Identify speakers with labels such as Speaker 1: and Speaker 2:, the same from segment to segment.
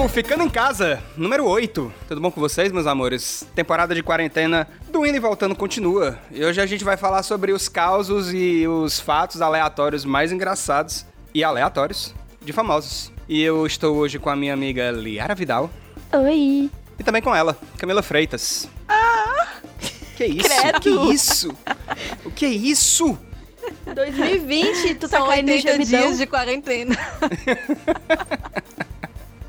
Speaker 1: é o Ficando em Casa, número 8. Tudo bom com vocês, meus amores? Temporada de quarentena do Indo e Voltando continua. E hoje a gente vai falar sobre os causos e os fatos aleatórios mais engraçados e aleatórios de famosos. E eu estou hoje com a minha amiga Liara Vidal
Speaker 2: Oi.
Speaker 1: e também com ela, Camila Freitas. Ah! Que isso?
Speaker 3: Credo.
Speaker 1: Que isso? O que é isso?
Speaker 2: 2020, tu tá
Speaker 3: São
Speaker 2: caindo no
Speaker 3: 80
Speaker 2: gemidão.
Speaker 3: dias de quarentena.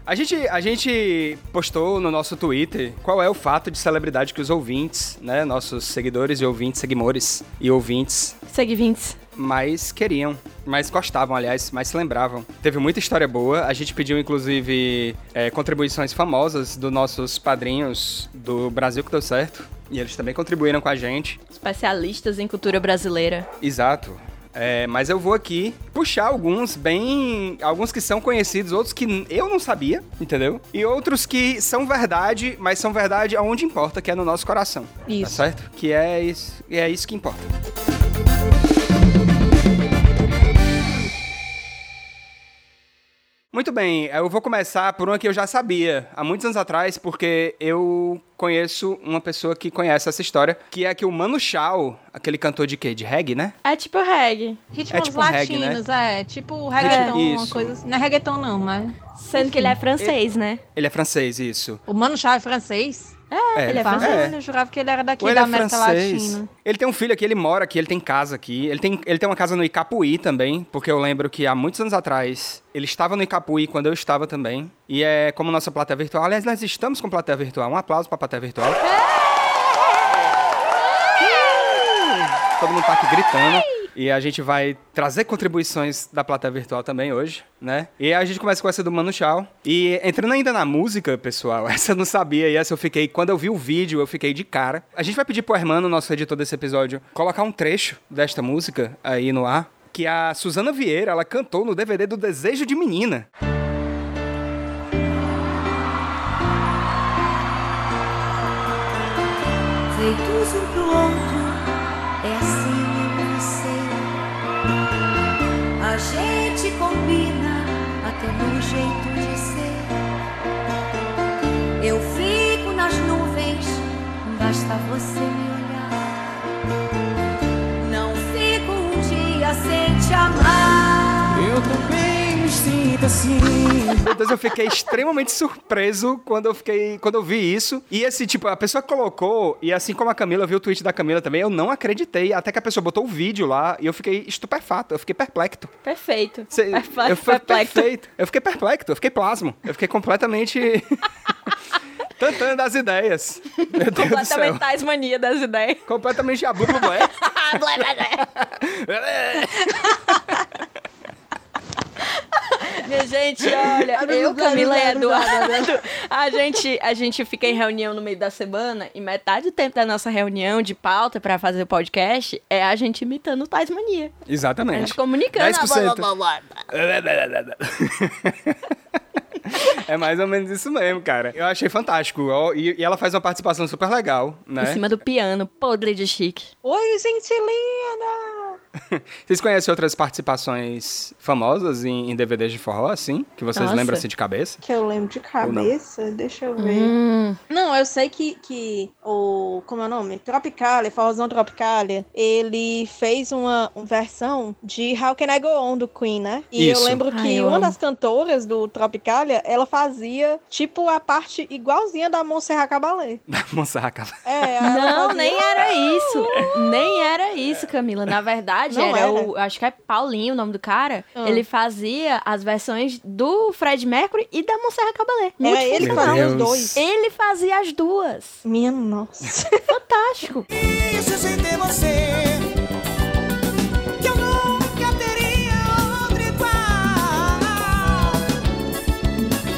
Speaker 1: A gente, a gente postou no nosso Twitter qual é o fato de celebridade que os ouvintes, né, nossos seguidores e ouvintes, seguimores e ouvintes
Speaker 2: Segue 20.
Speaker 1: mais queriam, mais gostavam, aliás, mais se lembravam. Teve muita história boa. A gente pediu, inclusive, é, contribuições famosas dos nossos padrinhos do Brasil que deu certo. E eles também contribuíram com a gente.
Speaker 2: Especialistas em cultura brasileira.
Speaker 1: Exato. É, mas eu vou aqui puxar alguns bem. Alguns que são conhecidos, outros que eu não sabia, entendeu? E outros que são verdade, mas são verdade aonde importa, que é no nosso coração. Tá
Speaker 2: Isso.
Speaker 1: certo? Que é isso, é isso que importa. Muito bem, eu vou começar por uma que eu já sabia há muitos anos atrás, porque eu conheço uma pessoa que conhece essa história, que é que o Mano Chao, aquele cantor de quê? De reggae, né?
Speaker 2: É tipo reggae.
Speaker 3: Ritmos
Speaker 1: É tipo um reggae,
Speaker 3: latinos, é. Tipo reggaeton, uma
Speaker 1: Isso.
Speaker 3: coisa assim. Não é reggaeton, não, mas.
Speaker 2: Sendo que ele é francês, né?
Speaker 1: Ele é francês, isso.
Speaker 3: O Mano Chao é francês?
Speaker 1: É,
Speaker 2: ele é
Speaker 3: Fala,
Speaker 2: francês.
Speaker 3: Eu jurava que ele era daqui
Speaker 1: Ou ele
Speaker 3: da
Speaker 1: é
Speaker 3: América
Speaker 1: francês.
Speaker 3: Latina.
Speaker 1: Ele tem um filho aqui, ele mora aqui, ele tem casa aqui. Ele tem, ele tem uma casa no Icapuí também, porque eu lembro que há muitos anos atrás ele estava no Icapuí quando eu estava também. E é como nossa plateia virtual. Aliás, nós estamos com plateia virtual. Um aplauso pra plateia virtual. Todo mundo tá aqui gritando. E a gente vai trazer contribuições da plateia virtual também hoje, né? E a gente começa com essa do Mano Chao. E entrando ainda na música, pessoal, essa eu não sabia e essa eu fiquei... Quando eu vi o vídeo, eu fiquei de cara. A gente vai pedir pro Hermano, nosso editor desse episódio, colocar um trecho desta música aí no ar. Que a Suzana Vieira, ela cantou no DVD do Desejo de Menina.
Speaker 4: Feitos um pro outro, é assim eu sei. A gente combina até no jeito de ser. Eu fico nas nuvens, basta você me olhar. Não fico um dia sem te amar.
Speaker 5: Eu também me sinto assim.
Speaker 1: Meu Deus, eu fiquei extremamente surpreso quando eu fiquei, quando eu vi isso. E assim, tipo, a pessoa colocou, e assim como a Camila, eu vi o tweet da Camila também, eu não acreditei, até que a pessoa botou o vídeo lá e eu fiquei estupefato, eu fiquei perplexo.
Speaker 2: Perfeito.
Speaker 1: Cê-
Speaker 2: Perfe-
Speaker 1: eu fui
Speaker 2: perplexo.
Speaker 1: perfeito. Eu fiquei perplexo, eu fiquei plasmo. Eu fiquei completamente tantando das ideias. Meu Deus do céu.
Speaker 2: Completamente tasmania das ideias.
Speaker 1: Completamente jabu blé.
Speaker 2: Minha gente, olha, eu, Camila e Eduardo, a gente, a gente fica em reunião no meio da semana e metade do tempo da nossa reunião de pauta pra fazer o podcast é a gente imitando o Tasmania. A
Speaker 1: Exatamente.
Speaker 2: gente comunicando.
Speaker 1: 10%.
Speaker 2: blá, blá, blá, blá.
Speaker 1: É mais ou menos isso mesmo, cara. Eu achei fantástico. Ó, E e ela faz uma participação super legal, né?
Speaker 2: Em cima do piano, podre de chique.
Speaker 3: Oi, gente linda!
Speaker 1: Vocês conhecem outras participações famosas em, em DVDs de forró, assim? Que vocês
Speaker 2: Nossa.
Speaker 1: lembram assim de cabeça?
Speaker 6: Que eu lembro de
Speaker 1: não?
Speaker 6: cabeça, deixa
Speaker 3: Uhum.
Speaker 6: eu ver.
Speaker 2: Hum,
Speaker 6: Não, eu sei que, que o. Como é o nome? Tropicália, Forrozão Tropicália, ele fez uma uma versão de How Can I Go On do Queen, né? E
Speaker 1: Isso.
Speaker 6: eu lembro
Speaker 2: Ai,
Speaker 6: que
Speaker 2: eu
Speaker 6: uma
Speaker 2: amo.
Speaker 6: das cantoras do Tropicália, ela fazia tipo a parte igualzinha da Montserrat Caballé.
Speaker 1: Da Montserrat Caballé.
Speaker 6: É, ela
Speaker 2: Não,
Speaker 6: fazia-
Speaker 2: nem era isso. Nem era isso, Camila. Na verdade,
Speaker 6: Não
Speaker 2: era,
Speaker 6: era.
Speaker 2: o. Acho que é Paulinho o nome do cara.
Speaker 6: Ah.
Speaker 2: Ele fazia as versões do Fred Mercury e da Monserrat Caballé. Muito
Speaker 6: Era ele que
Speaker 1: Meu
Speaker 6: fazia os
Speaker 1: Deus.
Speaker 6: dois.
Speaker 2: Ele fazia as duas.
Speaker 6: Minha nossa.
Speaker 2: Fantástico.
Speaker 5: Isso sem ter você. Que eu nunca teria outro igual.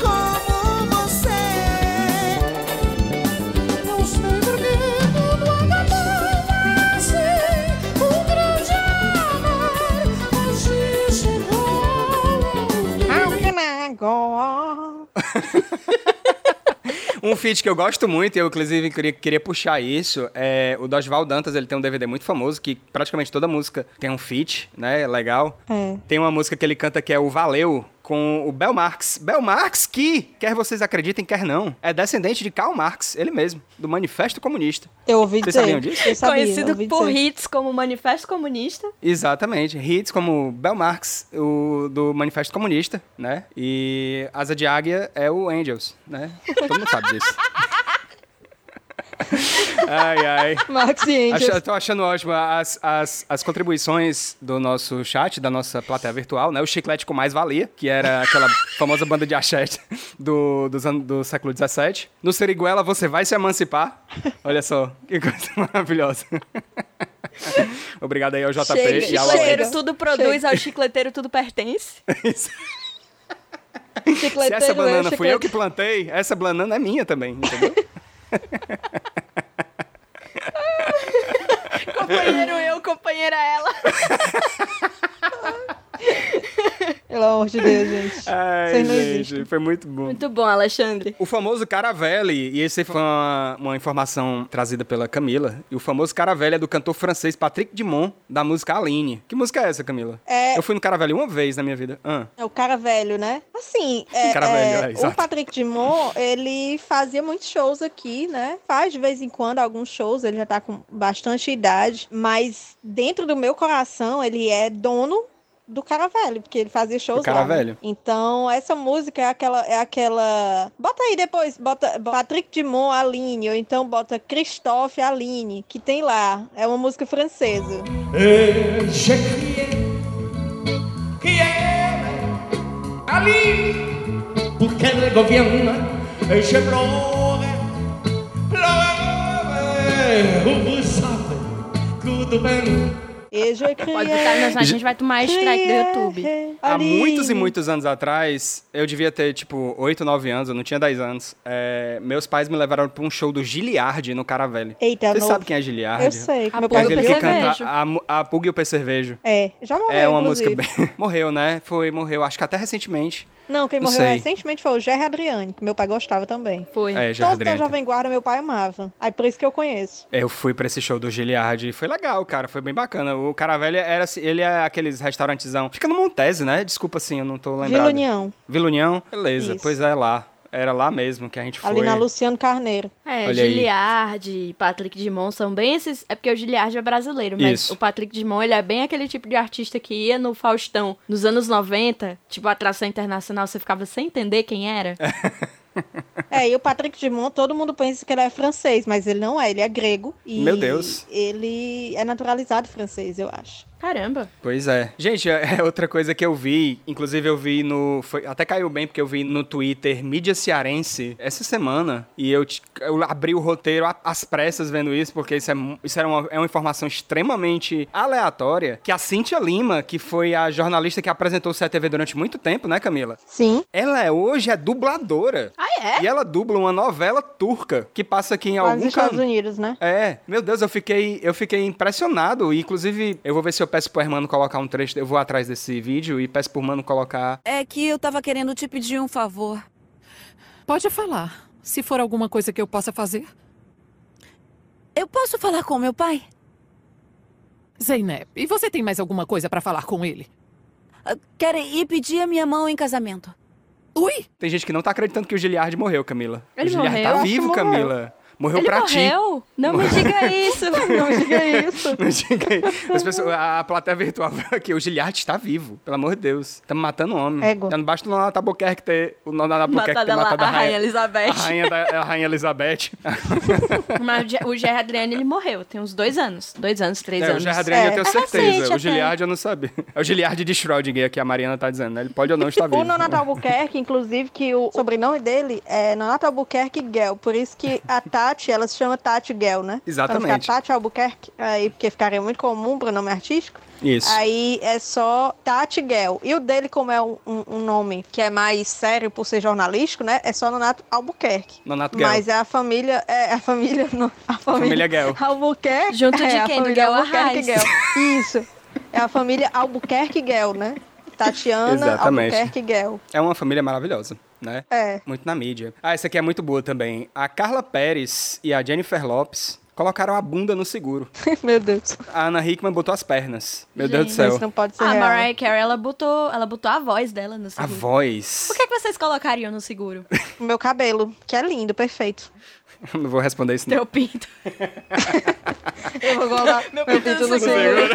Speaker 5: Como você. Não sei por que quando acabava assim. O grande amor hoje chegou.
Speaker 6: How can I go on?
Speaker 1: Um feat que eu gosto muito, e eu inclusive queria, queria puxar isso, é o Dosval Dantas, ele tem um DVD muito famoso, que praticamente toda música tem um feat, né? Legal.
Speaker 6: É.
Speaker 1: Tem uma música que ele canta que é o Valeu, com o Bel Marx. Bel Marx que, quer vocês acreditem, quer não, é descendente de Karl Marx, ele mesmo, do Manifesto Comunista.
Speaker 6: Eu ouvi
Speaker 1: Vocês
Speaker 6: dizer.
Speaker 1: sabiam disso?
Speaker 6: Eu sabia, eu
Speaker 2: Conhecido
Speaker 6: ouvi
Speaker 2: por
Speaker 6: dizer.
Speaker 2: hits como Manifesto Comunista.
Speaker 1: Exatamente. Hits como Bel Marx, o do Manifesto Comunista, né? E Asa de Águia é o Angels, né? Todo mundo sabe disso. ai, ai.
Speaker 6: Marx e
Speaker 1: Acho,
Speaker 6: Angels.
Speaker 1: eu tô achando ótimo as, as, as contribuições do nosso chat, da nossa plateia virtual, né? O Chiclete com Mais Valia, que era aquela famosa banda de axé do, dos anos- do século XVII. No Seriguela, Você Vai Se Emancipar. Olha só, que coisa maravilhosa. Obrigado aí ao JP
Speaker 6: Chega,
Speaker 1: e ao
Speaker 6: chega.
Speaker 1: Alex.
Speaker 2: Chicleteiro tudo produz, ao chicleteiro tudo pertence.
Speaker 1: Se
Speaker 6: Chicleteiro
Speaker 1: essa banana
Speaker 6: é
Speaker 1: fui eu que plantei, essa banana é minha também, entendeu?
Speaker 2: Companheiro eu, companheira é. ela.
Speaker 6: Pelo amor de Deus, gente.
Speaker 1: Ai,
Speaker 6: Vocês não
Speaker 1: gente,
Speaker 6: existem.
Speaker 1: foi muito bom.
Speaker 2: Muito bom, Alexandre.
Speaker 1: O famoso Caravelli, e esse foi uma, uma informação trazida pela Camila, e o famoso Caravelli é do cantor francês Patrick Dimon, da música Aline. Que música é essa, Camila?
Speaker 6: É-
Speaker 1: Eu fui no Caravelli uma vez na minha vida. Ah,
Speaker 6: É o cara velho, né? Assim, é,
Speaker 1: Cara
Speaker 6: é,
Speaker 1: velho, é, exato.
Speaker 6: o Patrick Dimon, ele fazia muitos shows aqui, né? Faz de vez em quando alguns shows, ele já tá com bastante idade, mas dentro do meu coração, ele é dono do cara velho, porque ele fazia shows lá. né?
Speaker 1: Caravelho.
Speaker 6: Então, essa música é aquela é aquela, bota aí depois, bota Patrick Dimon Aline, ou então bota Christophe Aline, que tem lá. É uma música francesa.
Speaker 5: Et j'ai crié qui aime Ali pour qu'elle revienne et je pleure, pleure. Vous savez, coup de bain.
Speaker 6: E je
Speaker 2: Pode botar,
Speaker 6: criei,
Speaker 2: nós, a gente vai tomar strike do YouTube.
Speaker 6: criei
Speaker 1: Há
Speaker 6: Aline.
Speaker 1: muitos e muitos anos atrás, eu devia ter, tipo, 8, 9 anos, eu não tinha 10 anos. é, meus pais me levaram pra um show do Giliard no Caravelli.
Speaker 6: Eita,
Speaker 1: Você
Speaker 6: novo.
Speaker 1: sabe quem é Giliard?
Speaker 6: Eu sei.
Speaker 2: A
Speaker 6: meu
Speaker 2: Pug
Speaker 1: É
Speaker 2: e o
Speaker 6: pai
Speaker 1: aquele
Speaker 6: é
Speaker 1: que
Speaker 2: Percevejo.
Speaker 1: canta a, mu- a Pug e o Percevejo.
Speaker 6: É, já morreu,
Speaker 1: É uma
Speaker 6: inclusive.
Speaker 1: música bem... Morreu, né? Foi, morreu. Acho que até recentemente.
Speaker 6: Não, quem
Speaker 1: Não
Speaker 6: morreu
Speaker 1: sei.
Speaker 6: recentemente foi o Gerry Adriane, que meu pai gostava também.
Speaker 2: Foi.
Speaker 1: É, já
Speaker 6: Todos da
Speaker 1: Adriano.
Speaker 6: Jovem Guarda meu pai amava. Aí por isso que eu conheço.
Speaker 1: É, Eu fui pra esse show do Giliard e foi legal, cara. Foi bem bacana. O Caravelli era assim, ele é aqueles restaurantezão. Fica no Montese, né? Desculpa assim, eu não tô lembrado.
Speaker 6: Vila União,
Speaker 1: Vila União? Beleza,
Speaker 6: Isso.
Speaker 1: pois é lá. Era lá mesmo que a gente foi.
Speaker 6: ali na Luciano Carneiro.
Speaker 2: É,
Speaker 1: Olha aí.
Speaker 2: Giliard e Patrick Dimon são bem esses. É porque o Giliard é brasileiro, mas
Speaker 1: Isso.
Speaker 2: o Patrick Dimon ele é bem aquele tipo de artista que ia no Faustão nos anos 90, tipo atração internacional, você ficava sem entender quem era.
Speaker 6: É, e o Patrick Dumont, todo mundo pensa que ele é francês, mas ele não é, ele é grego. E
Speaker 1: Meu Deus.
Speaker 6: Ele é naturalizado francês, eu acho.
Speaker 2: Caramba.
Speaker 1: Pois é. Gente, é é outra coisa que eu vi, inclusive eu vi no. foi- até caiu bem, porque eu vi no Twitter mídia cearense essa semana. E eu, te- eu abri o roteiro a- às pressas vendo isso, porque isso, é, mu- isso era uma, é uma informação extremamente aleatória. Que a Cintia Lima, que foi a jornalista que apresentou o CTV durante muito tempo, né, Camila?
Speaker 6: Sim.
Speaker 1: Ela é, hoje é dubladora.
Speaker 2: Ah, é?
Speaker 1: E ela dubla uma novela turca que passa aqui em
Speaker 6: Lá nos
Speaker 1: algum
Speaker 6: Estados
Speaker 1: canal.
Speaker 6: Unidos, né?
Speaker 1: É, meu Deus, eu fiquei, eu fiquei impressionado. E, Inclusive, eu vou ver se eu peço pro Hermano colocar um trecho. Eu vou atrás desse vídeo e peço pro Hermano colocar.
Speaker 7: É que eu tava querendo te pedir um favor.
Speaker 8: Pode falar. Se for alguma coisa que eu possa fazer.
Speaker 7: Eu posso falar com meu pai?
Speaker 8: Zeynep, e você tem mais alguma coisa pra falar com ele?
Speaker 7: Ah, Querem ir pedir a minha mão em casamento.
Speaker 8: Ui!
Speaker 1: Tem gente que não tá acreditando que o Giliard morreu, Camila.
Speaker 2: Ele
Speaker 1: o Giliard
Speaker 2: morreu?
Speaker 1: tá
Speaker 2: Acho
Speaker 1: vivo,
Speaker 6: que morreu.
Speaker 1: Camila. Morreu
Speaker 2: ele
Speaker 1: pra ti.
Speaker 2: morreu? Não me diga isso.
Speaker 6: Não diga isso.
Speaker 1: Não diga aí. As pessoas, a plateia virtual veio aqui. O Giliard está vivo, pelo amor de Deus. Estamos matando um homem.
Speaker 6: Égua.
Speaker 1: Tá embaixo do Nonato Albuquerque ter. O Nonato Albuquerque ter
Speaker 2: Matada lá,
Speaker 1: matado
Speaker 2: a Rainha Elizabeth.
Speaker 1: A rainha, da, é a rainha Elizabeth. É,
Speaker 2: Mas o Ge- o Gerry Adriano ele morreu, tem uns dois anos. Dois anos, três
Speaker 1: É, o
Speaker 2: anos.
Speaker 1: Gerard Adriano
Speaker 6: É.
Speaker 1: eu tenho
Speaker 2: É recente
Speaker 1: certeza.
Speaker 2: até.
Speaker 1: O Giliard eu não sabia. É o Giliard de Schrödinger que a Mariana tá dizendo, né? Ele pode ou não estar vivo.
Speaker 6: O Nonato Albuquerque, inclusive, que o sobrenome dele é Nonato Albuquerque Gel. Por isso que a Tati, ela se chama Tati Gel, né?
Speaker 1: Exatamente.
Speaker 6: Pra ficar Tati Albuquerque, aí, porque ficaria muito comum para nome artístico.
Speaker 1: Isso.
Speaker 6: Aí é só Tati Gel. E o dele, como é um, um- um nome que é mais sério por ser jornalístico, né? É só Nonato Albuquerque.
Speaker 1: Nonato Gell.
Speaker 6: Mas é a família. É a família. não, A família.
Speaker 1: Família Gell.
Speaker 6: Albuquerque.
Speaker 2: Junto de
Speaker 6: é, a
Speaker 2: quem? Do
Speaker 6: família
Speaker 2: Gel
Speaker 6: Albuquerque
Speaker 2: Arraes?
Speaker 6: Gel. Isso. É a família Albuquerque Gel, né? Tatiana
Speaker 1: Exatamente.
Speaker 6: Albuquerque Gel.
Speaker 1: É uma família maravilhosa, né?
Speaker 6: É.
Speaker 1: Muito na mídia. Ah, essa aqui é muito boa também. A Carla Pérez e a Jennifer Lopes Colocaram a bunda no seguro.
Speaker 6: Meu Deus.
Speaker 1: A Ana Hickman botou as pernas. Meu Deus do
Speaker 6: Mas Isso
Speaker 1: céu.
Speaker 6: não pode ser
Speaker 2: A
Speaker 6: real.
Speaker 2: Ah, Mariah Carey, ela botou, ela botou a voz dela no
Speaker 1: é A
Speaker 2: seguro.
Speaker 1: voz.
Speaker 2: Por que, que vocês colocariam no seguro?
Speaker 6: O Meu cabelo, que é lindo, perfeito.
Speaker 1: Não vou responder isso. Não.
Speaker 2: Teu pinto.
Speaker 6: Eu vou colocar meu
Speaker 2: pinto
Speaker 6: pinto
Speaker 2: no
Speaker 6: no seguro.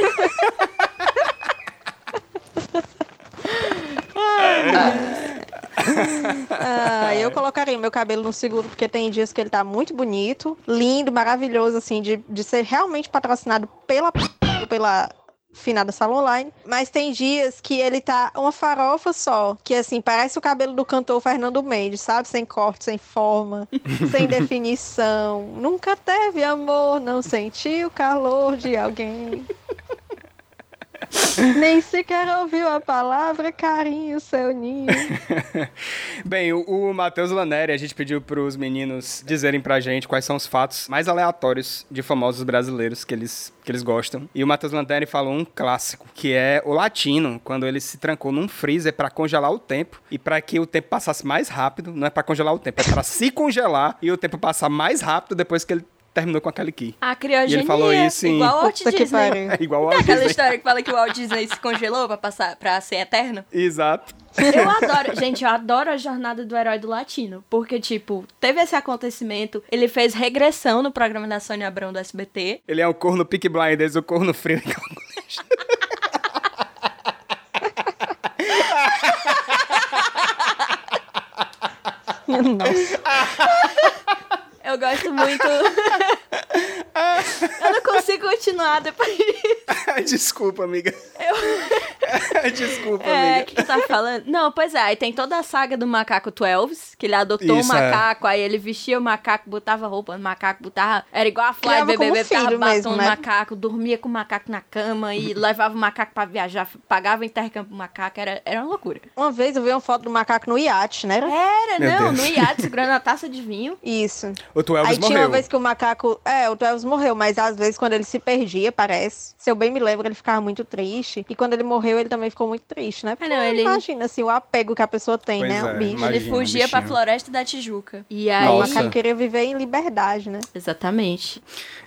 Speaker 6: Ah, eu colocaria o meu cabelo no seguro, porque tem dias que ele tá muito bonito, lindo, maravilhoso, assim, de, de ser realmente patrocinado pela p- pela finada sala online. Mas tem dias que ele tá uma farofa só, que assim, parece o cabelo do cantor Fernando Mendes, sabe? Sem corte, sem forma, sem definição. Nunca teve amor, não senti o calor de alguém. Nem sequer ouviu a palavra carinho, seu ninho.
Speaker 1: Bem, o, o Matheus Laneri, a gente pediu pros meninos dizerem pra gente quais são os fatos mais aleatórios de famosos brasileiros que eles, que eles gostam. E o Matheus Laneri falou um clássico, que é o latino, quando ele se trancou num freezer pra congelar o tempo e pra que o tempo passasse mais rápido. Não é pra congelar o tempo, é pra se congelar e o tempo passar mais rápido depois que ele terminou com aquele ki.
Speaker 2: Ah, A criogenia.
Speaker 1: E ele falou isso em-
Speaker 2: Igual ao Walt
Speaker 6: Puta que
Speaker 2: Disney.
Speaker 6: pariu.
Speaker 1: É igual ao
Speaker 2: Tá aquela
Speaker 1: Disney.
Speaker 2: história que fala que o Walt Disney se congelou pra, passar, pra ser eterno?
Speaker 1: Exato.
Speaker 2: Eu adoro, gente, eu adoro a jornada do herói do latino. Porque, tipo, teve esse acontecimento, ele fez regressão no programa da Sônia Abrão do SBT.
Speaker 1: Ele é o corno Peak Blinders, o corno frio e calculista.
Speaker 2: Eu gosto muito. eu não consigo continuar depois disso.
Speaker 1: Desculpa, amiga. Desculpa,
Speaker 2: É, o
Speaker 1: amiga.
Speaker 2: que tu tá falando? Não, pois é, aí tem toda a saga do macaco Twelves, que ele adotou
Speaker 1: Isso, é.
Speaker 2: um macaco, aí ele vestia o macaco, botava roupa no macaco, botava. Era igual a Fly
Speaker 6: Criava
Speaker 2: bebê,
Speaker 6: como
Speaker 2: botava
Speaker 6: filho
Speaker 2: batom
Speaker 6: mesmo,
Speaker 2: no
Speaker 6: né?
Speaker 2: macaco, dormia com o macaco na cama e levava o macaco pra viajar, pagava intercâmbio pro macaco, era, era uma loucura.
Speaker 6: Uma vez eu vi uma foto do macaco no iate, né?
Speaker 2: Era,
Speaker 1: Meu
Speaker 2: não,
Speaker 1: Deus.
Speaker 2: no iate segurando a taça de vinho.
Speaker 6: Isso.
Speaker 1: O Twelves
Speaker 6: Aí tinha
Speaker 1: morreu.
Speaker 6: uma vez que o macaco. É, o Elvis morreu, mas às vezes quando ele se perdia, parece. Se eu bem me lembro, ele ficava muito triste. E quando ele morreu, ele também ficou muito triste, né? Porque
Speaker 2: Ah, não, ele-
Speaker 6: imagina, assim, o apego que a pessoa tem,
Speaker 1: Pois
Speaker 6: né?
Speaker 1: é,
Speaker 6: O bicho.
Speaker 1: Imagina,
Speaker 2: ele fugia pra
Speaker 1: bichinho.
Speaker 2: floresta da Tijuca. E aí.
Speaker 6: O
Speaker 1: Nossa.
Speaker 6: macaco queria viver em liberdade, né?
Speaker 2: Exatamente.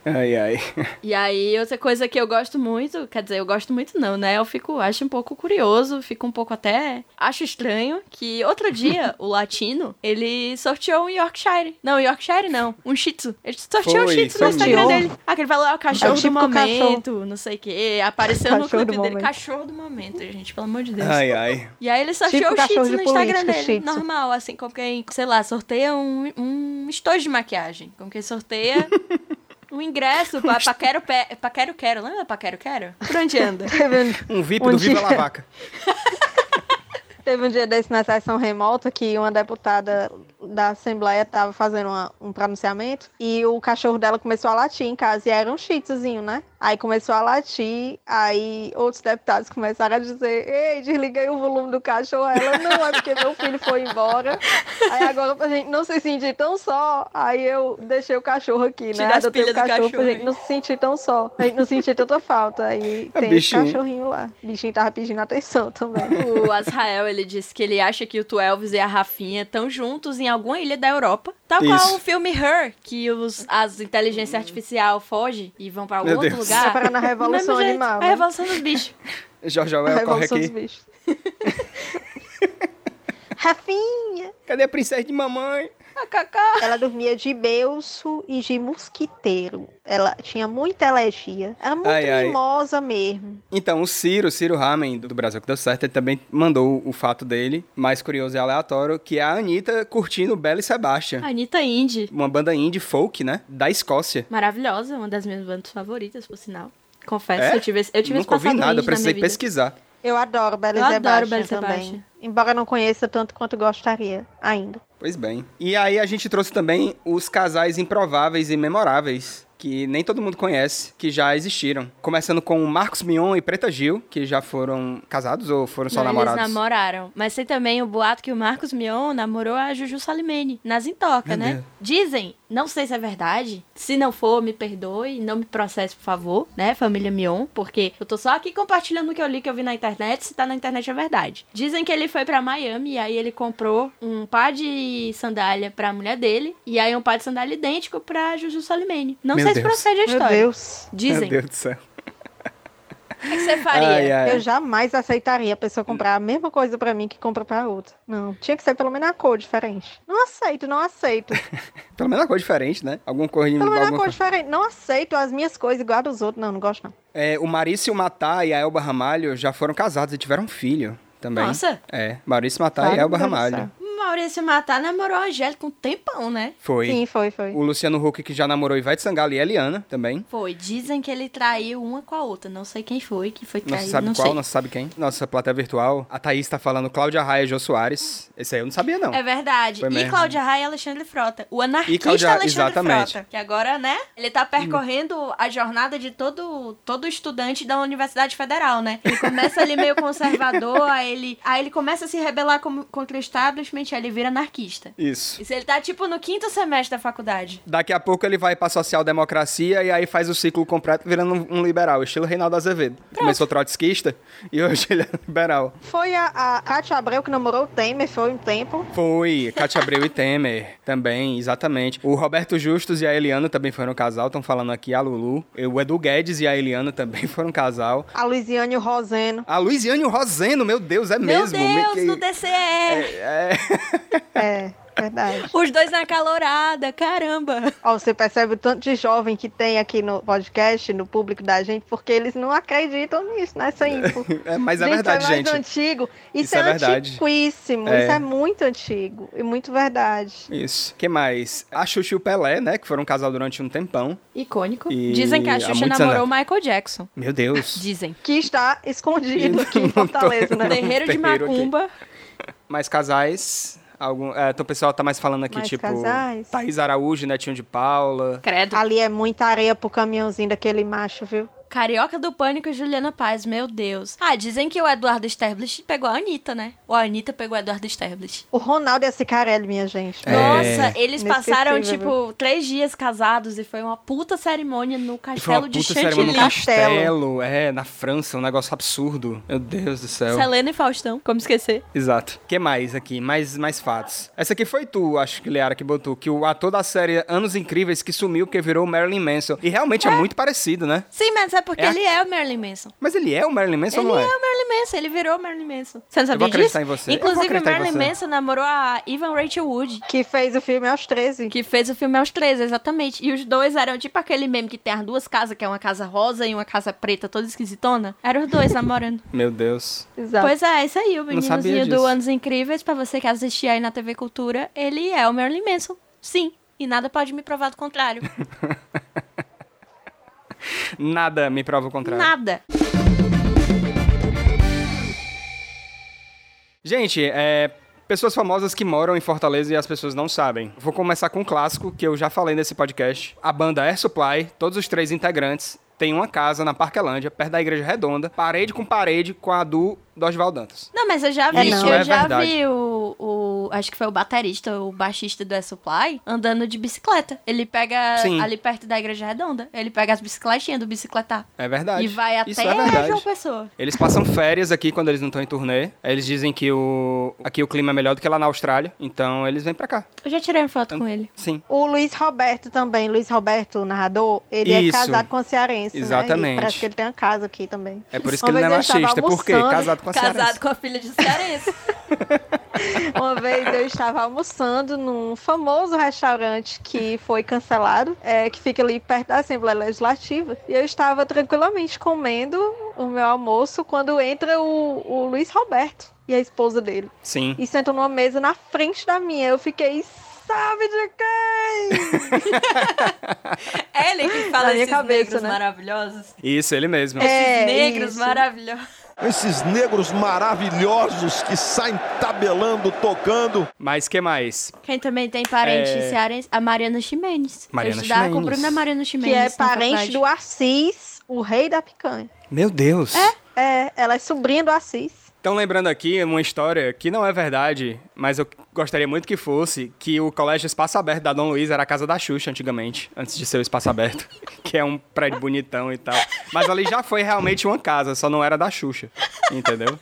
Speaker 1: Ai, ai.
Speaker 2: E aí, outra coisa que eu gosto muito, quer dizer, eu gosto muito não, né? Eu fico, acho um pouco curioso, fico um pouco até, acho estranho que outro dia o latino, ele sorteou um Yorkshire. Não, Yorkshire não, um Shih Tzu. Ele sorteou um
Speaker 1: Foi,
Speaker 2: Shih Tzu
Speaker 1: foi
Speaker 2: no Instagram
Speaker 6: mesmo.
Speaker 2: dele. Ah, que ele falou, ah, o cachorro do
Speaker 6: É típico
Speaker 2: momento,
Speaker 6: cachorro.
Speaker 2: não sei o quê. Apareceu no
Speaker 6: Cachorro do
Speaker 2: clipe dele,
Speaker 6: momento.
Speaker 2: cachorro do momento, gente, pelo amor de Deus.
Speaker 1: Ai, ai.
Speaker 2: E aí ele sorteou
Speaker 6: Tipo
Speaker 2: o Shih
Speaker 6: cachorro
Speaker 2: Tzu no
Speaker 6: de
Speaker 2: Instagram
Speaker 6: política,
Speaker 2: dele.
Speaker 6: Shih Tzu.
Speaker 2: Normal, assim, como quem, sei lá, sorteia um, um estojo de maquiagem. Como quem sorteia um ingresso pra Paquero, Pe- Paquero Quero. Lembra Paquero Quero? Por onde anda?
Speaker 1: Um VIP
Speaker 6: Um
Speaker 1: do Viva
Speaker 6: dia-
Speaker 1: La Vaca.
Speaker 6: Teve um dia desse na sessão remota que uma deputada da Assembleia estava fazendo uma- um pronunciamento e o cachorro dela começou a latir em casa e era um shih tzuzinho, né? Aí começou a latir, aí outros deputados começaram a dizer: Ei, desliguei o volume do cachorro. Aí Ela não, é porque meu filho foi embora. Aí agora pra gente não se sentir tão só, aí eu deixei o cachorro aqui, né?
Speaker 2: Tira as
Speaker 6: Adotei
Speaker 2: pilhas
Speaker 6: o
Speaker 2: do cachorro,
Speaker 6: cachorro, pra
Speaker 2: hein?
Speaker 6: gente não se sentir tão só, pra gente não sentir tanta falta. Aí
Speaker 1: Ah,
Speaker 6: tem
Speaker 1: bichinho.
Speaker 6: esse cachorrinho lá. O bichinho tava pedindo atenção também.
Speaker 2: O Azrael, ele disse que ele acha que o Twelves e a Rafinha estão juntos em alguma ilha da Europa. Tal
Speaker 1: Isso.
Speaker 2: qual o filme Her, que os, as inteligência artificial fogem e vão pra algum
Speaker 1: Meu
Speaker 2: outro
Speaker 1: Deus.
Speaker 2: lugar.
Speaker 6: Tá na
Speaker 2: Do mesmo
Speaker 6: Revolução
Speaker 2: jeito,
Speaker 6: Animal.
Speaker 2: A
Speaker 6: né?
Speaker 2: Revolução dos Bichos.
Speaker 1: Jorge Joel, corre
Speaker 6: Revolução
Speaker 1: aqui.
Speaker 6: dos bichos. Rafinha!
Speaker 1: Cadê a princesa de mamãe?
Speaker 2: Ah, Cacá.
Speaker 6: Ela dormia de belso e de mosquiteiro. Ela tinha muita alergia. Era muito
Speaker 1: Ai, ai.
Speaker 6: mimosa mesmo.
Speaker 1: Então, o Ciro, Ciro Ramen, do Brasil que deu certo, ele também mandou o fato dele, mais curioso e aleatório, que é a Anitta curtindo Bela e Sebastian.
Speaker 2: Anitta Indy.
Speaker 1: Uma banda indie folk, né? Da Escócia.
Speaker 2: Maravilhosa, uma das minhas bandas favoritas, por sinal. Confesso,
Speaker 1: É?
Speaker 2: eu tive esse, eu tive esse
Speaker 1: Nunca ouvi
Speaker 2: passado
Speaker 1: nada, eu
Speaker 2: indie na
Speaker 1: precisei
Speaker 2: minha vida.
Speaker 1: pesquisar.
Speaker 6: Eu adoro Bela
Speaker 2: Eu
Speaker 6: e
Speaker 2: adoro
Speaker 6: Sebastian
Speaker 2: Bela e
Speaker 6: também.
Speaker 2: Sebastian.
Speaker 6: Embora eu não conheça tanto quanto gostaria ainda.
Speaker 1: Pois bem. E aí a gente trouxe também os casais improváveis e memoráveis, que nem todo mundo conhece, que já existiram. Começando com Marcos Mion e Preta Gil, que já foram casados ou foram só
Speaker 2: Não,
Speaker 1: namorados?
Speaker 2: Eles namoraram. Mas tem também o boato que o Marcos Mion namorou a Juju Salimene, nas
Speaker 1: Meu
Speaker 2: Intoca, né?
Speaker 1: Deus.
Speaker 2: Dizem, não sei se é verdade, se não for, me perdoe, não me processe, por favor, né, família Mion, porque eu tô só aqui compartilhando o que eu li, que eu vi na internet, se tá na internet é verdade. Dizem que ele foi pra Miami e aí ele comprou um par de sandália pra mulher dele e aí um par de sandália idêntico pra Juju Salimene. Não
Speaker 1: Meu
Speaker 2: sei se
Speaker 1: Deus.
Speaker 2: procede a
Speaker 6: Meu
Speaker 2: história.
Speaker 6: Deus.
Speaker 1: Meu
Speaker 2: Dizem.
Speaker 1: Deus do céu.
Speaker 2: O que que você faria?
Speaker 1: Ai, ai.
Speaker 6: Eu jamais aceitaria a pessoa comprar a mesma coisa pra mim que compra pra outra. Não, tinha que ser pelo menos a cor diferente. Não aceito, não aceito.
Speaker 1: Pelo menos uma cor diferente, né? Alguma cor de
Speaker 6: Pelo menos a
Speaker 1: alguma
Speaker 6: cor diferente. Não aceito as minhas coisas igual a dos outros. Não, não gosto não.
Speaker 1: É, o Maurício Matar e a Elba Ramalho já foram casados e tiveram um filho também.
Speaker 2: Nossa,
Speaker 1: É, Maurício Matar e
Speaker 6: Claro,
Speaker 1: Elba
Speaker 6: meu Deus do
Speaker 1: Ramalho.
Speaker 2: Maurício Matar namorou a Angélica um tempão, né?
Speaker 1: Foi.
Speaker 6: Sim, foi, foi.
Speaker 1: O Luciano Huck, que já namorou Ivete Sangalo e Eliana também.
Speaker 2: Foi, dizem que ele traiu uma com a outra. Não sei quem foi que foi
Speaker 1: Não
Speaker 2: traído,
Speaker 1: se sabe
Speaker 2: não
Speaker 1: qual,
Speaker 2: sei.
Speaker 1: não se sabe quem. Nossa plateia virtual. A Thaís tá falando Cláudia Raia e Jô Soares. Esse aí eu não sabia, não.
Speaker 2: É verdade.
Speaker 1: Foi
Speaker 2: e
Speaker 1: mesmo.
Speaker 2: Cláudia Raia e Alexandre Frota. O anarquista
Speaker 1: E Cláudia-
Speaker 2: Alexandre
Speaker 1: exatamente.
Speaker 2: Frota. Que agora, né? Ele tá percorrendo a jornada de todo, todo estudante da Universidade Federal, né? Ele começa ali meio conservador, aí ele, aí ele começa a se rebelar como- contra o establishment, aí ele vira anarquista.
Speaker 1: Isso.
Speaker 2: Isso ele tá tipo no quinto semestre da faculdade.
Speaker 1: Daqui a pouco ele vai pra social-democracia e aí faz o ciclo completo virando um- um liberal, estilo Reinaldo Azevedo. Começou trotskista e hoje ele é liberal.
Speaker 6: Foi a, a Cátia Abreu que namorou o Temer, foi um tempo.
Speaker 1: Foi, Cátia Abreu e Temer também, exatamente. O Roberto Justus e a Eliana também foram um casal, estão falando aqui, a Lulu. O Edu Guedes e a Eliana também foram um casal.
Speaker 6: A Luiziane e o Roseno.
Speaker 1: A Luiziane e o Roseno, meu Deus, é mesmo.
Speaker 2: Meu Deus,
Speaker 1: Me- que-
Speaker 2: no DCE!
Speaker 1: é,
Speaker 6: É, verdade.
Speaker 2: Os dois na calorada, caramba!
Speaker 6: Ó, você percebe o tanto de jovem que tem aqui no podcast, no público da gente, porque eles não acreditam nisso, nessa info.
Speaker 1: é, mas é
Speaker 6: Gente,
Speaker 1: verdade,
Speaker 6: isso é
Speaker 1: gente.
Speaker 6: mais antigo. Isso,
Speaker 1: Isso
Speaker 6: é,
Speaker 1: é verdade.
Speaker 6: antiquíssimo.
Speaker 1: É.
Speaker 6: Isso é muito antigo e muito verdade.
Speaker 1: Isso. que mais? A Xuxa e o Pelé, né? Que foram um casal durante um tempão.
Speaker 2: Icônico.
Speaker 1: E
Speaker 2: Dizem que
Speaker 1: há
Speaker 2: a Xuxa
Speaker 1: muitos
Speaker 2: namorou o Michael Jackson.
Speaker 1: Meu Deus.
Speaker 2: Dizem.
Speaker 6: Que está escondido aqui em Fortaleza, né?
Speaker 2: Terreiro
Speaker 1: terreiro
Speaker 2: de
Speaker 1: aqui.
Speaker 2: macumba.
Speaker 1: mais casais. Algum, é, então o pessoal tá mais falando aqui,
Speaker 6: Mais
Speaker 1: tipo.
Speaker 6: casais.
Speaker 1: Thaís Araújo, Netinho de Paula.
Speaker 2: Credo.
Speaker 6: Ali é muita areia pro caminhãozinho daquele macho, viu?
Speaker 2: Carioca do Pânico e Juliana Paz, meu Deus. Ah, dizem que o Eduardo Sterblich pegou a Anitta, né? Ou a Anitta pegou o Eduardo Sterblich.
Speaker 6: O Ronaldo e a Cicarelli, minha gente.
Speaker 1: É.
Speaker 2: Nossa, eles
Speaker 6: Inesquecível,
Speaker 2: passaram,
Speaker 6: viu?
Speaker 2: tipo, três dias casados e foi uma puta cerimônia no
Speaker 1: E foi uma
Speaker 2: castelo de
Speaker 1: puta cerimônia
Speaker 2: Chantilly.
Speaker 1: no
Speaker 6: Castelo.
Speaker 1: castelo. É, na França, um negócio absurdo. Meu Deus do céu.
Speaker 2: Selena e Faustão, como esquecer?
Speaker 1: Exato. que mais aqui? Mais, mais fatos. Essa aqui foi tu, acho que, Leara, que botou. Que o ator da série Anos Incríveis que sumiu porque virou o Marilyn Manson. E realmente é, muito parecido, né?
Speaker 2: Sim, mas é porque
Speaker 1: É a-
Speaker 2: ele é o Marilyn Manson.
Speaker 1: Mas ele é o Marilyn Manson
Speaker 2: Ele
Speaker 1: ou não é?
Speaker 2: é o Marilyn Manson, ele virou o Marilyn Manson. Você não sabia
Speaker 1: vou
Speaker 2: disso?
Speaker 1: acreditar em você. Eu vou
Speaker 2: Inclusive, o
Speaker 1: acreditar em
Speaker 2: Marilyn
Speaker 1: você.
Speaker 2: Manson namorou a Evan Rachel Wood.
Speaker 6: Que fez o filme aos 13.
Speaker 2: Que fez o filme aos três, exatamente. E os dois eram tipo aquele meme que tem as duas casas, que é uma casa rosa e uma casa preta, toda esquisitona. Eram os dois namorando.
Speaker 1: Meu Deus.
Speaker 6: Exato.
Speaker 2: Pois é, isso aí, o
Speaker 1: Tá. sabia
Speaker 2: meninozinho
Speaker 1: disso.
Speaker 2: do Anos Incríveis, pra você que assistia aí na TV Cultura, ele é o Marilyn Manson. Sim. E nada pode me provar do contrário.
Speaker 1: Nada me prova o contrário.
Speaker 2: Nada.
Speaker 1: Gente, é. Pessoas famosas que moram em Fortaleza e as pessoas não sabem. Vou começar com um clássico que eu já falei nesse podcast. A banda Air Supply, todos os três integrantes, têm uma casa na Parquelândia, perto da Igreja Redonda, parede com parede com a do Dosval Dantas.
Speaker 2: Não, mas eu já vi,
Speaker 1: Isso
Speaker 2: eu
Speaker 1: é
Speaker 2: já
Speaker 1: verdade.
Speaker 2: vi o, o- Acho que foi o baterista, o baixista do S-Supply, andando de bicicleta. Ele pega
Speaker 1: Sim.
Speaker 2: ali perto da Igreja Redonda. Ele pega as bicicletinhas do bicicletar.
Speaker 1: É verdade.
Speaker 2: E vai até
Speaker 1: Isso é verdade.
Speaker 2: João Pessoa.
Speaker 1: Eles passam férias aqui quando eles não estão em turnê. Aí Eles dizem que o aqui o clima é melhor do que lá na Austrália, então eles vêm pra cá.
Speaker 2: Eu já tirei uma foto com ele.
Speaker 1: Sim.
Speaker 6: O Luiz Roberto também, Luiz Roberto, o narrador, ele
Speaker 1: Isso.
Speaker 6: é casado com a cearense. né? E
Speaker 1: Exatamente.
Speaker 6: Parece que ele tem uma casa aqui também.
Speaker 1: É por isso
Speaker 6: Uma
Speaker 1: que ele não é
Speaker 6: vez eu estava
Speaker 1: machista, porque
Speaker 6: almoçando-
Speaker 1: casado com a Sarah.
Speaker 2: Casado com a filha de cearense.
Speaker 6: Uma vez eu estava almoçando num famoso restaurante que foi cancelado, é, que fica ali perto da Assembleia Legislativa. E eu estava tranquilamente comendo o meu almoço quando entra o, o Luiz Roberto e a esposa dele.
Speaker 1: Sim.
Speaker 6: E sentam numa mesa na frente da minha. Eu fiquei, sabe de quem?
Speaker 2: ele que fala
Speaker 6: Na minha
Speaker 2: esses
Speaker 6: cabeça,
Speaker 2: negros
Speaker 6: né?
Speaker 2: maravilhosos.
Speaker 1: Isso, ele mesmo.
Speaker 6: É,
Speaker 2: esses negros
Speaker 6: isso.
Speaker 2: maravilhosos.
Speaker 9: Esses negros maravilhosos que saem tabelando, tocando.
Speaker 1: Mas que mais?
Speaker 2: Quem também tem parente
Speaker 1: É.
Speaker 2: cearense? A Mariana Ximenes.
Speaker 1: Mariana
Speaker 2: Eu estudava com o
Speaker 1: Ximenes.
Speaker 2: Bruno e a Mariana Ximenes.
Speaker 6: Que é
Speaker 2: na
Speaker 6: parente
Speaker 2: faculdade.
Speaker 6: do Assis, o rei da picanha.
Speaker 1: Meu Deus.
Speaker 6: É, ela é sobrinha do Assis.
Speaker 1: Estão Então, lembrando aqui uma história que não é verdade, mas eu gostaria muito que fosse, que o colégio Espaço Aberto da Dom Luiz era a casa da Xuxa antigamente, antes de ser o Espaço Aberto, que é um prédio bonitão e tal. Mas ali já foi realmente uma casa, só não era da Xuxa, entendeu?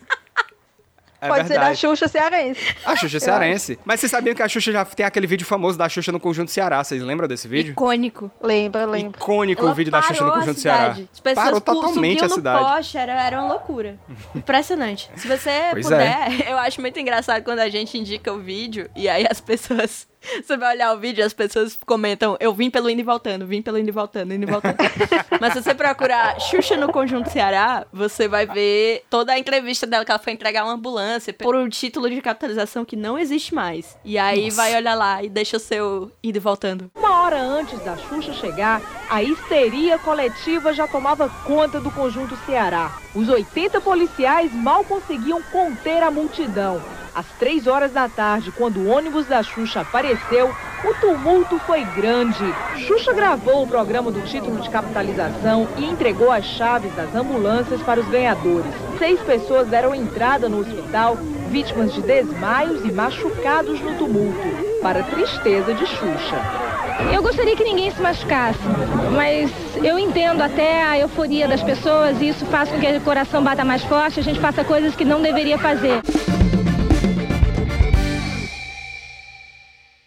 Speaker 1: É
Speaker 6: Pode ser da
Speaker 1: verdade.
Speaker 6: Xuxa cearense.
Speaker 1: A Xuxa é cearense. Mas vocês sabiam que a Xuxa já tem aquele vídeo famoso da Xuxa no Conjunto Ceará. Vocês lembram desse vídeo?
Speaker 2: Icônico.
Speaker 6: Lembra, lembra.
Speaker 1: Icônico o
Speaker 2: Ela
Speaker 1: vídeo da Xuxa no
Speaker 2: parou a
Speaker 1: Conjunto Ceará.
Speaker 2: cidade. As pessoas
Speaker 1: Parou
Speaker 2: pu-
Speaker 1: totalmente a
Speaker 2: subiam
Speaker 1: cidade.
Speaker 2: no poste, era, era uma loucura. Impressionante. Se você
Speaker 1: Pois é.
Speaker 2: puder, eu acho muito engraçado quando a gente indica o vídeo e aí as pessoas... Você vai olhar o vídeo e as pessoas comentam, eu vim pelo indo e voltando, vim pelo indo e voltando, indo e voltando. Mas se você procurar Xuxa no Conjunto Ceará, você vai ver toda a entrevista dela que ela foi entregar uma ambulância por um título de capitalização que não existe mais. E aí vai olhar lá e deixa o seu indo e voltando.
Speaker 10: Uma hora antes da Xuxa chegar, a histeria coletiva já tomava conta do conjunto Ceará. Os 80 policiais mal conseguiam conter a multidão. Às três horas da tarde, quando o ônibus da Xuxa apareceu, o tumulto foi grande. Xuxa gravou o programa do título de capitalização e entregou as chaves das ambulâncias para os ganhadores. Seis pessoas deram entrada no hospital, vítimas de desmaios e machucados no tumulto, para a tristeza de Xuxa.
Speaker 11: Eu gostaria que ninguém se machucasse, mas eu entendo até a euforia das pessoas e isso faz com que o coração bata mais forte, a gente faça coisas que não deveria fazer.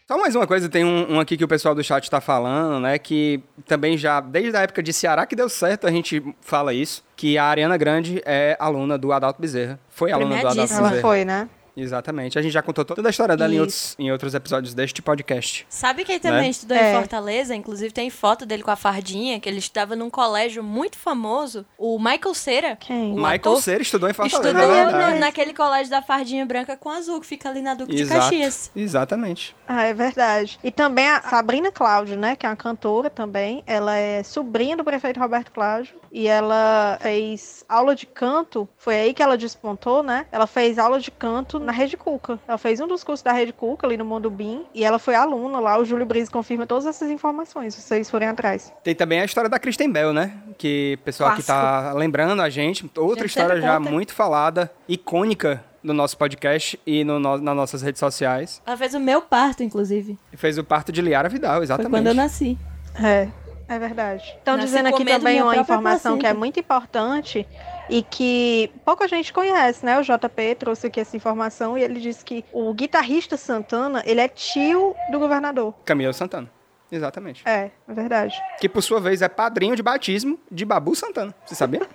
Speaker 1: Só mais uma coisa, tem um, um aqui que o pessoal do chat tá falando, né? Que também já, desde a época de Ceará que deu certo, a gente fala isso, que a Ariana Grande é aluna do Adalto Bezerra. Foi aluna do Adalto
Speaker 2: Premiadíssima.
Speaker 1: Bezerra.
Speaker 2: Ela
Speaker 6: Foi, né?
Speaker 1: Exatamente. A gente já contou toda a história dela em
Speaker 2: Isso.
Speaker 1: outros, em outros episódios deste podcast.
Speaker 2: Sabe quem também
Speaker 1: Né?
Speaker 2: estudou
Speaker 6: É.
Speaker 2: em Fortaleza? Inclusive tem foto dele com a fardinha, que ele estudava num colégio muito famoso, o Michael Cera.
Speaker 6: Quem?
Speaker 2: O
Speaker 1: Michael
Speaker 2: Um ator
Speaker 1: Cera estudou em Fortaleza.
Speaker 2: Estudou
Speaker 1: é
Speaker 2: no-
Speaker 1: verdade.
Speaker 2: naquele colégio da fardinha branca com azul, que fica ali na Duque
Speaker 1: Exato.
Speaker 2: de Caxias.
Speaker 1: Exatamente.
Speaker 6: Ah, é verdade. E também a Sabrina Cláudio, né? Que é uma cantora também. Ela é sobrinha do prefeito Roberto Cláudio. E ela fez aula de canto. Foi aí que ela despontou, né? Ela fez aula de canto na Rede Cuca. Ela fez um dos cursos da Rede Cuca ali no Mundo Bim. E ela foi aluna lá. O Júlio Brise confirma todas essas informações, se vocês forem atrás.
Speaker 1: Tem também a história da Kristen Bell, né? Que o pessoal aqui tá lembrando a gente. Outra
Speaker 2: Já
Speaker 1: história
Speaker 2: sempre
Speaker 1: já
Speaker 2: conta.
Speaker 1: muito falada, icônica no nosso podcast e no, no- nas nossas redes sociais.
Speaker 2: Ela fez o meu parto, inclusive.
Speaker 1: E fez o parto de Liara Vidal,
Speaker 2: Foi
Speaker 1: exatamente.
Speaker 2: quando eu nasci.
Speaker 6: É, é verdade. Estão
Speaker 2: Nasci
Speaker 6: dizendo aqui
Speaker 2: comendo
Speaker 6: também
Speaker 2: minha
Speaker 6: uma
Speaker 2: própria
Speaker 6: informação que é
Speaker 2: placenta.
Speaker 6: muito importante e que pouca gente conhece, né? O JP trouxe aqui essa informação e ele disse que o guitarrista Santana, ele é tio do governador.
Speaker 1: Camila Santana. Exatamente.
Speaker 6: É, é verdade.
Speaker 1: Que por sua vez é padrinho de batismo de Babu Santana. Você sabia?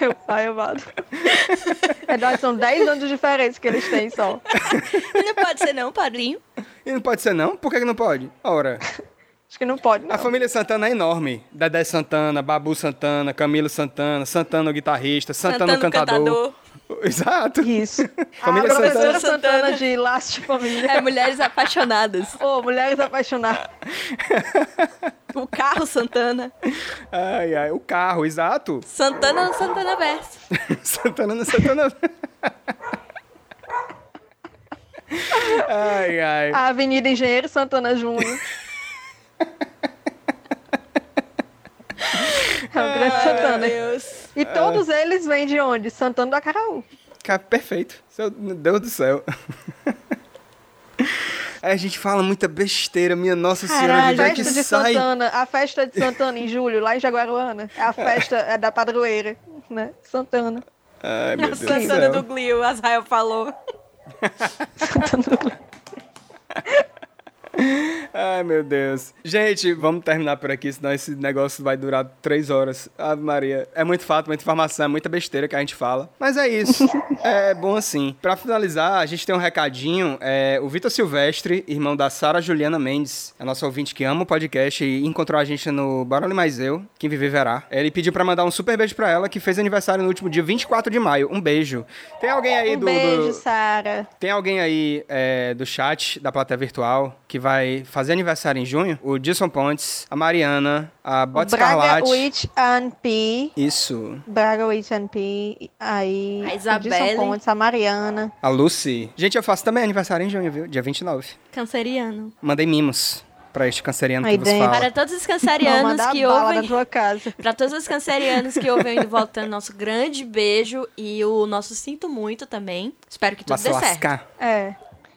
Speaker 6: Meu pai amado. É, nós são 10 anos de diferença que eles têm só.
Speaker 2: Não pode ser não, padrinho.
Speaker 1: e não pode ser não? Por que, que não pode? Ora,
Speaker 6: Acho que não pode, não.
Speaker 1: a família Santana é enorme. Dedé Santana, Babu Santana, Camilo Santana, Santana o guitarrista, Santana, o
Speaker 2: Cantando
Speaker 1: cantador. Ah,
Speaker 2: cantador.
Speaker 1: Exato.
Speaker 6: Isso.
Speaker 1: Família
Speaker 6: a professora
Speaker 1: Santana.
Speaker 6: Santana, de Laço de Família.
Speaker 2: É, mulheres apaixonadas.
Speaker 6: Ô, mulheres apaixonadas.
Speaker 2: O carro Santana.
Speaker 1: Ai, ai, o carro, exato.
Speaker 2: Santana no Santana Verso.
Speaker 1: Santana no Santana. ai, ai.
Speaker 6: A Avenida Engenheiro Santana Júnior. É o grande Santana.
Speaker 2: Deus.
Speaker 6: E todos eles vêm de onde? Santana do Acaraú.
Speaker 1: Cara, perfeito. Seu- Meu Deus do céu. Ai, a gente fala muita besteira, minha nossa senhora.
Speaker 6: a tá
Speaker 1: Onde é que
Speaker 6: festa de
Speaker 1: sai?
Speaker 6: Santana, a festa de Santana em julho, lá em Jaguaruana, é a festa é da padroeira, né? Santana.
Speaker 1: Ai, meu Deus do
Speaker 2: Santana
Speaker 1: céu.
Speaker 2: do Glio, Azrael falou.
Speaker 1: Ai, meu Deus. Gente, vamos terminar por aqui, senão esse negócio vai durar três horas. Ave Maria. É muito fato, muita informação, é muita besteira que a gente fala. Mas é isso. é bom assim. Pra finalizar, a gente tem um recadinho. É, o Vitor Silvestre, irmão da Sara Juliana Mendes, é nosso ouvinte que ama o podcast e encontrou a gente no Barulho Mais Eu, Quem Viver Verá. Ele pediu pra mandar um super beijo pra ela, que fez aniversário no último dia 24 de maio. Um beijo. Tem alguém aí
Speaker 6: Um
Speaker 1: do-
Speaker 6: beijo,
Speaker 1: do...
Speaker 6: Sara.
Speaker 1: Tem alguém aí é, do chat, da plateia virtual, que vai fazer aniversário em junho? O Dilson Pontes, a Mariana, a
Speaker 6: O
Speaker 1: Bota
Speaker 6: Braga
Speaker 1: Escarlate.
Speaker 6: Witch and P.
Speaker 1: Isso.
Speaker 6: Braga Witch and P. Aí.
Speaker 2: A
Speaker 6: o
Speaker 2: Isabelle.
Speaker 6: Edson Pontes, a Mariana.
Speaker 1: A Lucy. Gente, eu faço também aniversário em junho, viu? Dia 29.
Speaker 2: Canceriano.
Speaker 1: Mandei mimos pra este canceriano
Speaker 6: Aí
Speaker 1: que vos
Speaker 6: dentro.
Speaker 1: fala.
Speaker 2: Para todos os
Speaker 6: Vão
Speaker 2: cancerianos
Speaker 6: mandar
Speaker 2: que
Speaker 6: bala
Speaker 2: ouvem...
Speaker 6: na tua casa.
Speaker 2: Pra todos os cancerianos que ouvem indo e voltando, nosso grande beijo e o nosso sinto muito também. Espero que
Speaker 1: Pra
Speaker 2: tudo
Speaker 1: se
Speaker 2: dê certo.
Speaker 1: lascar.
Speaker 6: É.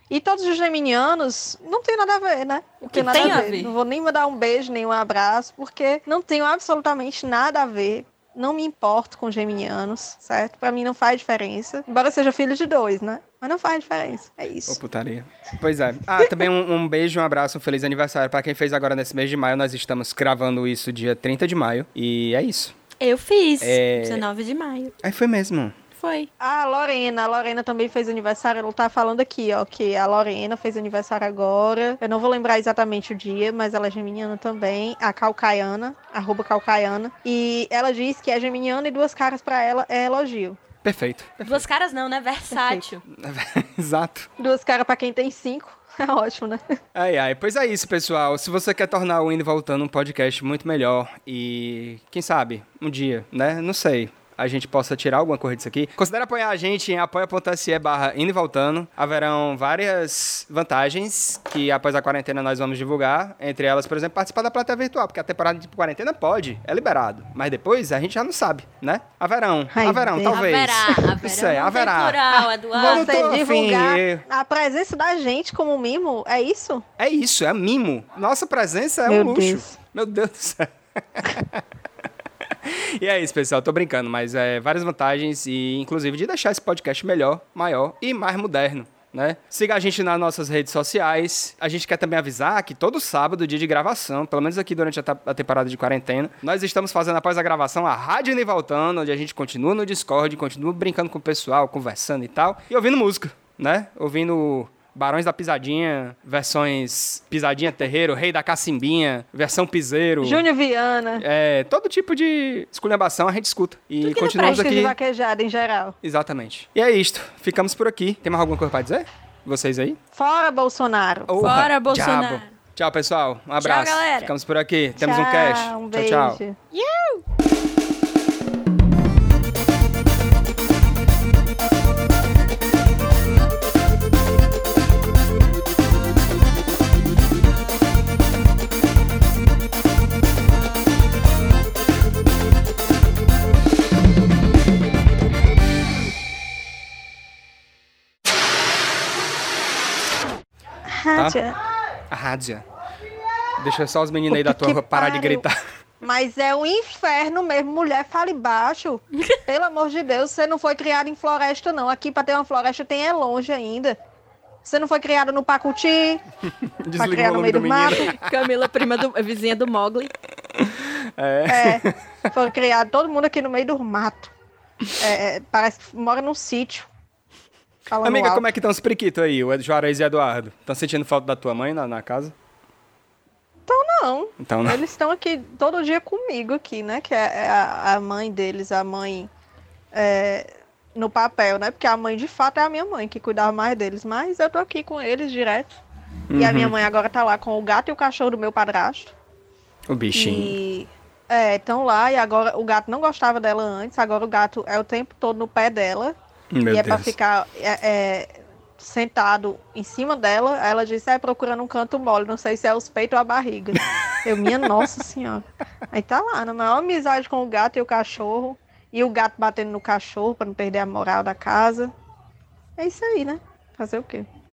Speaker 6: E todos os geminianos não tem nada a ver, né? Não
Speaker 2: que tem a ver?
Speaker 6: Não vou nem mandar um beijo, nem um abraço, porque não tem absolutamente nada a ver Não me importo com geminianos, certo? Pra mim não faz diferença. Embora eu seja filho de dois, né? Mas não faz diferença. É isso.
Speaker 1: Ô, putaria. Pois é. Ah, também um, um beijo, um abraço, um feliz aniversário pra quem fez agora nesse mês de maio. Nós estamos cravando isso dia 30 de maio. E é isso.
Speaker 2: Eu fiz.
Speaker 1: É.
Speaker 2: 19 de maio.
Speaker 1: Aí foi mesmo.
Speaker 2: Foi.
Speaker 6: Ah, a Lorena. A Lorena também fez aniversário. Ela tá falando aqui, ó, que a Lorena fez aniversário agora. Eu não vou lembrar exatamente o dia, mas ela é geminiana também. A Calcaiana, arroba Calcaiana. E ela diz que é geminiana e duas caras pra ela é elogio.
Speaker 1: Perfeito.
Speaker 2: Duas caras não, né? Versátil.
Speaker 1: Exato.
Speaker 6: Duas caras pra quem tem cinco. É ótimo, né?
Speaker 1: Ai, ai. Pois é isso, pessoal. Se você quer tornar o Indo e Voltando um podcast muito melhor e, quem sabe, um dia, né? Não sei. A gente possa tirar alguma coisa disso aqui. Considere apoiar a gente em apoia.se barra indo e voltando. Haverão várias vantagens que após a quarentena nós vamos divulgar. Entre elas, por exemplo, participar da plateia virtual, porque a temporada de quarentena pode, é liberado. Mas depois a gente já não sabe, né? Haverão,
Speaker 6: Ai,
Speaker 1: haverão,
Speaker 6: Deus.
Speaker 1: talvez.
Speaker 2: Haverá, haverá.
Speaker 1: Não sei,
Speaker 2: Não tem
Speaker 1: haverá.
Speaker 2: plural, Eduardo.
Speaker 1: Não tô
Speaker 6: Você
Speaker 1: afim,
Speaker 6: divulgar
Speaker 1: eu-
Speaker 6: a presença da gente como mimo, é isso?
Speaker 1: É isso, é mimo. Nossa presença é
Speaker 6: Meu
Speaker 1: um luxo.
Speaker 6: Deus.
Speaker 1: Meu Deus do céu. e é isso, pessoal. Tô brincando, mas é várias vantagens e inclusive de deixar esse podcast melhor, maior e mais moderno. Né? Siga a gente nas nossas redes sociais. A gente quer também avisar que todo sábado, dia de gravação, pelo menos aqui durante a, ta- a temporada de quarentena, nós estamos fazendo após a gravação a Rádio Indo e Voltando, onde a gente continua no Discord, continua brincando com o pessoal, conversando e tal, e ouvindo música, né? Ouvindo Barões da Pisadinha, versões Pisadinha Terreiro, Rei da Cacimbinha, versão Piseiro.
Speaker 6: Júnior Viana.
Speaker 1: É, todo tipo de esculhambação a gente escuta. E
Speaker 6: Tudo que
Speaker 1: continuamos
Speaker 6: não presta
Speaker 1: aqui.
Speaker 6: de vaquejada em geral.
Speaker 1: Exatamente. E é isto. Ficamos por aqui. Tem mais alguma coisa pra dizer? Vocês aí?
Speaker 6: Fora Bolsonaro.
Speaker 1: Porra,
Speaker 2: Fora, Bolsonaro.
Speaker 1: diabo. Tchau, pessoal. Um abraço.
Speaker 2: galera.
Speaker 1: Ficamos por aqui. Temos um
Speaker 6: Tchau,
Speaker 1: cast.
Speaker 6: um
Speaker 1: tchau, tchau.
Speaker 6: beijo.
Speaker 1: Tá?
Speaker 6: Rádio.
Speaker 1: A rádio. Deixa só os meninos aí da turma parar de
Speaker 6: pariu.
Speaker 1: gritar.
Speaker 6: Mas é um inferno mesmo. Mulher, fale baixo. Pelo amor de Deus, você não foi criada em floresta, não. Aqui pra ter uma floresta tem é longe ainda. Você não foi criada no Pacuti, pra
Speaker 1: Desligou
Speaker 6: criar
Speaker 1: o
Speaker 6: no
Speaker 1: nome
Speaker 6: meio
Speaker 1: do
Speaker 6: do
Speaker 1: menino.
Speaker 6: mato.
Speaker 2: Camila, prima do, vizinha do Mogli.
Speaker 1: É.
Speaker 6: É, foi criado todo mundo aqui no meio do mato. É, é, parece que mora num sítio. Falando
Speaker 1: Amiga, como é que estão os periquitos aí, o Ed- Juarez e Eduardo? Estão sentindo falta da tua mãe na, na casa?
Speaker 6: Não,
Speaker 1: Então, né?
Speaker 6: Eles estão aqui todo dia comigo aqui, né? Que é é a, a mãe deles, a mãe é, no papel, né? Porque a mãe de fato é a minha mãe que cuidava mais deles, mas eu tô aqui com eles direto. E a
Speaker 1: Uhum.
Speaker 6: minha mãe agora tá lá com o gato e o cachorro do meu padrasto.
Speaker 1: O bichinho.
Speaker 6: E é, estão lá e agora o gato não gostava dela antes, agora o gato é o tempo todo no pé dela.
Speaker 1: Meu
Speaker 6: e é pra
Speaker 1: Deus.
Speaker 6: ficar é, é, sentado em cima dela. Aí Ela disse, é procurando um canto mole, não sei se é os peitos ou a barriga. Eu, minha nossa senhora. Aí tá lá, na maior amizade com o gato e o cachorro. E o gato batendo no cachorro pra não perder a moral da casa. É isso aí, né? Fazer o quê?